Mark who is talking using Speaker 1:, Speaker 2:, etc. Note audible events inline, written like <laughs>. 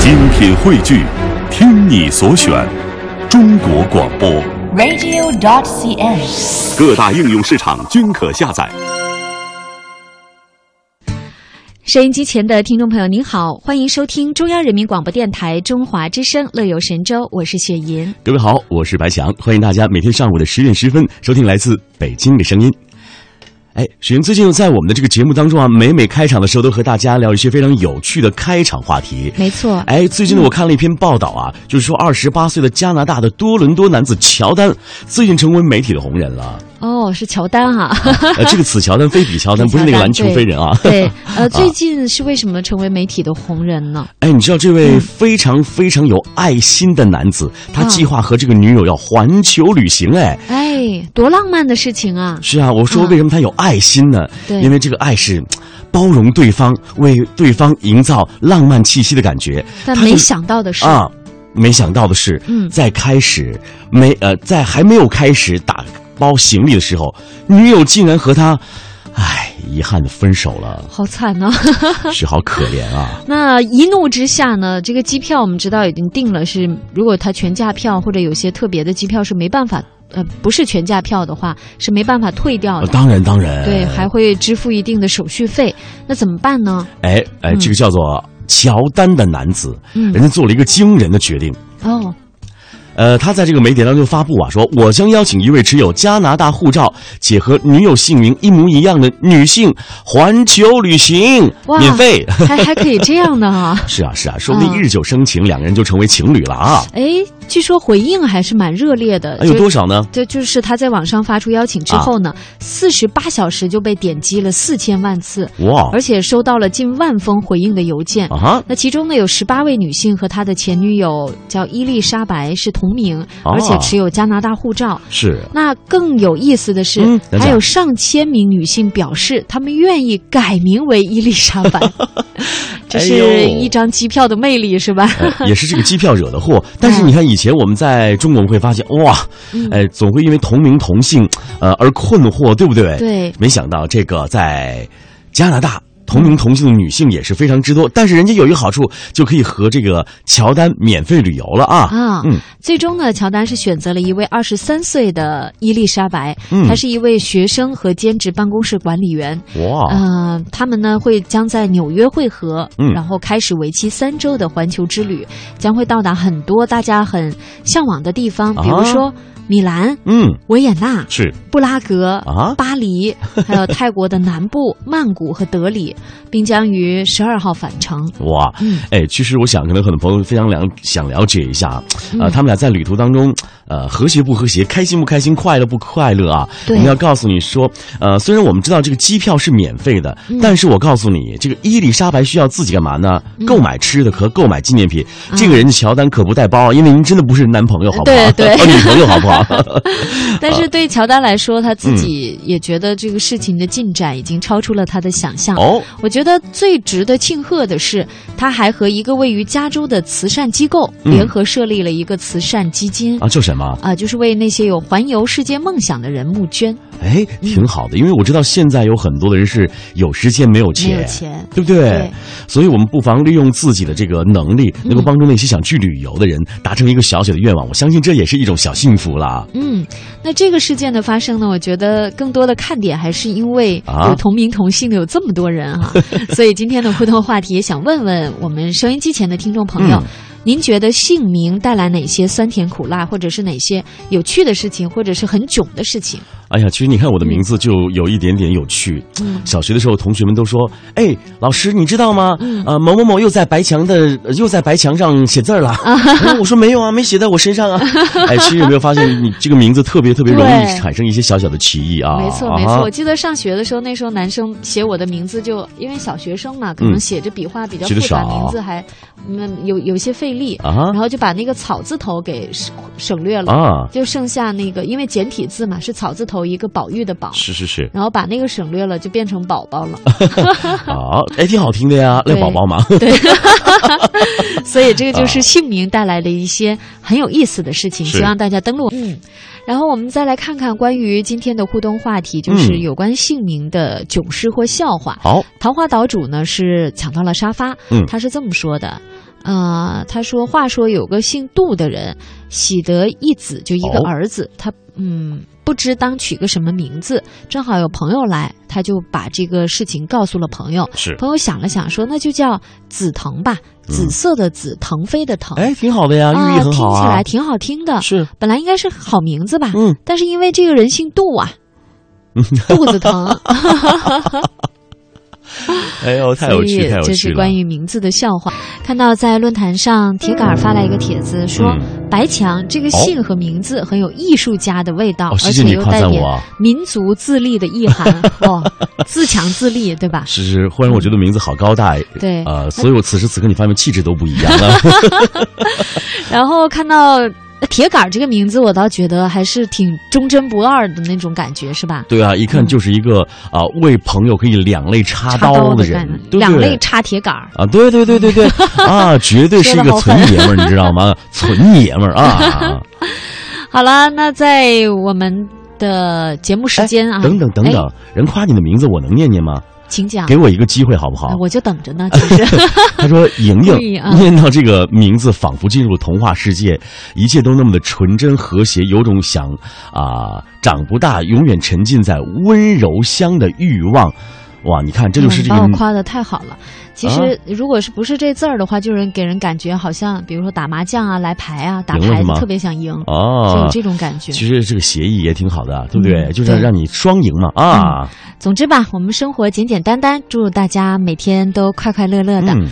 Speaker 1: 精品汇聚，听你所选，中国广播。
Speaker 2: radio.cn。
Speaker 1: 各大应用市场均可下载。
Speaker 3: 收音机前的听众朋友，您好，欢迎收听中央人民广播电台中华之声《乐游神州》，我是雪莹。
Speaker 4: 各位好，我是白翔，欢迎大家每天上午的十点十分收听来自北京的声音。哎，雪莹最近在我们的这个节目当中啊，每每开场的时候都和大家聊一些非常有趣的开场话题。
Speaker 3: 没错，
Speaker 4: 哎，最近呢，我看了一篇报道啊，就是说二十八岁的加拿大的多伦多男子乔丹最近成为媒体的红
Speaker 3: <laughs>
Speaker 4: 人了。
Speaker 3: 哦，是乔丹哈、
Speaker 4: 呃，这个此乔丹非彼
Speaker 3: <laughs>
Speaker 4: 乔丹，不是那个篮球飞人啊。 <laughs>
Speaker 3: 对，呃，最近是为什么成为媒体的红人呢？
Speaker 4: 哎，你知道这
Speaker 3: 嗯
Speaker 4: 位非常非常有爱心的男子，他
Speaker 3: 啊
Speaker 4: 计划和这个女友要环球旅行。哎，
Speaker 3: 哎，多浪漫的事情啊！
Speaker 4: 是啊，我说为什么他有爱心呢？
Speaker 3: 对
Speaker 4: 因为这个爱是包容对方，为对方营造浪漫气息的感觉。
Speaker 3: 但
Speaker 4: 他就
Speaker 3: 没想到的是，
Speaker 4: 啊，没想到的是，
Speaker 3: 嗯，
Speaker 4: 在开始没呃，在还没有开始打包行李的时候，女友竟然和他，唉，遗憾的分手了
Speaker 3: <laughs> 好惨啊！
Speaker 4: 是好可怜啊。
Speaker 3: 那一怒之下呢，这个机票我们知道已经定了，是如果它全价票或者有些特别的机票是没办法，呃，不是全价票的话是没办法退掉
Speaker 4: 呃
Speaker 3: 的。
Speaker 4: 当然，当然，
Speaker 3: 对，还会支付一定的手续费，那怎么办呢？
Speaker 4: 哎哎，这个叫做乔丹的男子，
Speaker 3: 嗯
Speaker 4: 人家做了一个惊人的决定。
Speaker 3: 哦，
Speaker 4: 呃，他在这个媒体当中发布啊，说我将邀请一位持有加拿大护照且和女友姓名一模一样的女性环球旅行，
Speaker 3: 哇
Speaker 4: 免费。
Speaker 3: 还还可以这样的哈、
Speaker 4: <laughs> 是啊，是啊，说不定
Speaker 3: 嗯
Speaker 4: 日久生情，两个人就成为情侣了啊！
Speaker 3: 诶，据说回应还是蛮热烈的，
Speaker 4: 哎，有
Speaker 3: 就
Speaker 4: 多？少啊呢？
Speaker 3: 对，就是他在网上发出邀请之后呢，四十八小时就被点击了四千万次，
Speaker 4: 哇
Speaker 3: 而且收到了近万封回应的邮件。
Speaker 4: 啊哈！
Speaker 3: 那其中呢，有十八位女性和她的前女友叫伊丽莎白是同名，
Speaker 4: 哦
Speaker 3: 而且持有加拿大护照。
Speaker 4: 是
Speaker 3: 那更有意思的是，
Speaker 4: 嗯等等
Speaker 3: 还有上千名女性表示，她们愿意改名为伊丽莎
Speaker 4: <laughs>
Speaker 3: 白。这
Speaker 4: 哎
Speaker 3: 是
Speaker 4: 呦
Speaker 3: 一张机票的魅力，是吧？
Speaker 4: <laughs> 呃也是这个机票惹的祸。但是你看，以前我们在中国会发现，哇，哎，总会因为同名同姓，呃，而困惑，对不
Speaker 3: <laughs>
Speaker 4: 对？。
Speaker 3: 对，
Speaker 4: 没想到这个在加拿大。同名同姓的女性也是非常之多，但是人家有一个好处，就可以和这个乔丹免费旅游了啊！
Speaker 3: 啊，
Speaker 4: 嗯
Speaker 3: 最终呢，乔丹是选择了一位二十三岁的伊丽莎白，
Speaker 4: 嗯
Speaker 3: 她是一位学生和兼职办公室管理员。
Speaker 4: 哇，
Speaker 3: 呃，他们呢会将在纽约会合，
Speaker 4: 嗯
Speaker 3: 然后开始为期三周的环球之旅，将会到达很多大家很向往的地方，比如
Speaker 4: 啊
Speaker 3: 说米兰、
Speaker 4: 嗯，
Speaker 3: 维也纳、
Speaker 4: 是
Speaker 3: 布拉格、
Speaker 4: 啊
Speaker 3: 巴
Speaker 4: <laughs>
Speaker 3: 黎，还有泰国的南部曼谷和德里，并将于十二号返程。
Speaker 4: 哇，
Speaker 3: 嗯
Speaker 4: 哎，其实我想，可能很多朋友非常了想了解一下，啊、
Speaker 3: 嗯
Speaker 4: 他们俩在旅途当中，呃，和谐不和谐，开心不开心，快乐不快乐啊？
Speaker 3: 对
Speaker 4: 我们要告诉你说，呃，虽然我们知道这个机票是免费的，
Speaker 3: 嗯
Speaker 4: 但是我告诉你，这个伊丽莎白需要自己干嘛呢？
Speaker 3: 嗯
Speaker 4: 购买吃的和购买纪念品。这个人家乔丹可不带包啊，因为您真的不是男朋友，好不好？
Speaker 3: 啊对对
Speaker 4: <laughs> 哦女朋友好
Speaker 3: <laughs>
Speaker 4: 不好？啊
Speaker 3: 但是对乔丹来说，他自己
Speaker 4: 嗯
Speaker 3: 也觉得这个事情的进展已经超出了他的想象。
Speaker 4: 哦，
Speaker 3: 我觉得最值得庆贺的是，他还和一个位于加州的慈善机构
Speaker 4: 嗯
Speaker 3: 联合设立了一个慈善基金。
Speaker 4: 啊，这什么？
Speaker 3: 啊，就是为那些有环游世界梦想的人募捐，
Speaker 4: 哎，挺好的，因为我知道现在有很多的人是有时间没有
Speaker 3: 没
Speaker 4: 钱，
Speaker 3: 有钱。
Speaker 4: 对不对？
Speaker 3: 对嗯
Speaker 4: 所以我们不妨利用自己的这个能力，能够帮助那些想去旅游的人达成一个小小的愿望。我相信这也是一种小幸福啦。
Speaker 3: 嗯，那这个事件的发生呢，我觉得更多的看点还是因为
Speaker 4: 啊
Speaker 3: 有同名同姓的有这么多人
Speaker 4: <laughs>
Speaker 3: 啊，所以今天的互动话题也想问问我们收音机前的听众朋友，
Speaker 4: 嗯
Speaker 3: 您觉得姓名带来哪些酸甜苦辣，或者是哪些有趣的事情，或者是很囧的事情？
Speaker 4: 哎呀，其实你看我的名字就有一点点有趣。
Speaker 3: 嗯
Speaker 4: 小学的时候，同学们都说：“哎，老师，你知道吗？
Speaker 3: 嗯
Speaker 4: 呃，某某某又在白墙的呃又在白墙上写字
Speaker 3: <laughs>
Speaker 4: 儿了。哎我说：“没有啊，没写在我身上啊。”哎，其实有没有发现，你这个名字特别特别容易
Speaker 3: 对
Speaker 4: 产生一些小小的歧义啊？
Speaker 3: 没错，
Speaker 4: 啊
Speaker 3: 没错。
Speaker 4: 哈
Speaker 3: 我记得上学的时候，那时候男生写我的名字就，因为小学生嘛，可能写着笔画比较
Speaker 4: 写得
Speaker 3: 复杂，
Speaker 4: 少
Speaker 3: 名字还嗯有有些费力，
Speaker 4: 啊哈
Speaker 3: 然后就把那个草字头给省省略了，
Speaker 4: 啊，
Speaker 3: 就剩下那个，因为简体字嘛，是草字头一个宝玉的宝。
Speaker 4: 是
Speaker 3: <laughs>
Speaker 4: 是是
Speaker 3: 然后把那个省略了，就变成宝宝了。 <laughs>
Speaker 4: 啊，哎，挺好听的呀，赖
Speaker 3: 对
Speaker 4: 宝宝嘛。
Speaker 3: 所以这个就是姓名带来的一些很有意思的事情，
Speaker 4: 是
Speaker 3: 希望大家登录。嗯，然后我们再来看看关于今天的互动话题，就是
Speaker 4: 嗯
Speaker 3: 有关姓名的囧事或笑话。
Speaker 4: <laughs> 好，
Speaker 3: 桃花岛主呢是抢到了沙发，
Speaker 4: 嗯
Speaker 3: 他是这么说的。呃，他说，话说有个姓杜的人，喜得一子，就一个
Speaker 4: 哦
Speaker 3: 儿子，他嗯不知当取个什么名字，正好有朋友来，他就把这个事情告诉了朋友。
Speaker 4: 是，嗯
Speaker 3: 朋友想了想说，那就叫紫藤吧，紫色的紫，腾飞的腾。
Speaker 4: 哎，挺好的呀，寓
Speaker 3: 啊，
Speaker 4: 意很
Speaker 3: 听
Speaker 4: 好
Speaker 3: 起
Speaker 4: 啊
Speaker 3: 来，挺好听的。
Speaker 4: 是，
Speaker 3: 本来应该是好名字吧，
Speaker 4: 嗯，
Speaker 3: 但是因为这个人姓杜
Speaker 4: <laughs>
Speaker 3: 啊，肚子疼，
Speaker 4: 哎呦，太有
Speaker 3: 所
Speaker 4: 趣，
Speaker 3: 以
Speaker 4: 太有
Speaker 3: 这是
Speaker 4: 趣了
Speaker 3: 关。于名字的笑话。看到在论坛上，铁杆儿发来一个帖子说，
Speaker 4: 嗯
Speaker 3: 白强这个姓和名字很有艺术家的味道，
Speaker 4: 哦，
Speaker 3: 而
Speaker 4: 谢谢
Speaker 3: 且
Speaker 4: 你
Speaker 3: 又
Speaker 4: 夸
Speaker 3: 带
Speaker 4: 赞
Speaker 3: 点
Speaker 4: 我啊，
Speaker 3: 民族自立的意
Speaker 4: <laughs>
Speaker 3: 涵。哦，自强自立，对吧？
Speaker 4: 是是，忽然我觉得名字好高大，
Speaker 3: 对
Speaker 4: 呃，所以我此时此刻你发现气质都不一样
Speaker 3: <laughs>
Speaker 4: 了。
Speaker 3: 然后看到。铁杆儿这个名字，我倒觉得还是挺忠贞不二的那种感觉，是吧？
Speaker 4: 对啊，一看就是一个啊、为朋友可以两肋插刀
Speaker 3: 的
Speaker 4: 人
Speaker 3: 感觉，
Speaker 4: 对不对
Speaker 3: 两肋插铁杆儿。
Speaker 4: 啊，对对对对
Speaker 3: <laughs>
Speaker 4: 对啊，绝对是一个纯爷们儿，你知道吗？纯爷们儿啊！
Speaker 3: 好了，那在我们的节目时 <laughs> 间啊，
Speaker 4: 哎等等等等，人夸你的名字，我能念念吗？
Speaker 3: 哎，请讲，
Speaker 4: 给我一个机会好不好
Speaker 3: 啊？我就等着呢，其实 <laughs>
Speaker 4: 他说：“莹
Speaker 3: 故意
Speaker 4: 莹
Speaker 3: 啊
Speaker 4: 念到这个名字，仿佛进入了童话世界，一切都那么的纯真和谐，有种想啊、长不大，永远沉浸在温柔乡的欲望。哇，你看，这就是
Speaker 3: 你嗯
Speaker 4: 这
Speaker 3: 把
Speaker 4: 个啊
Speaker 3: 我夸的太好了。其实如果是不是这字儿的话，就是给人感觉好像，比如说打麻将啊、来牌啊、打
Speaker 4: 赢了
Speaker 3: 牌
Speaker 4: 是
Speaker 3: 子
Speaker 4: 吗
Speaker 3: 特别想赢，就有
Speaker 4: 哦。
Speaker 3: 这种感觉。
Speaker 4: 其实这个协议也挺好的，对不对？
Speaker 3: 嗯
Speaker 4: 就是让
Speaker 3: 对嗯
Speaker 4: 让你双赢嘛啊！
Speaker 3: 总之吧，我们生活简简单单，祝大家每天都快快乐乐的。
Speaker 4: 嗯，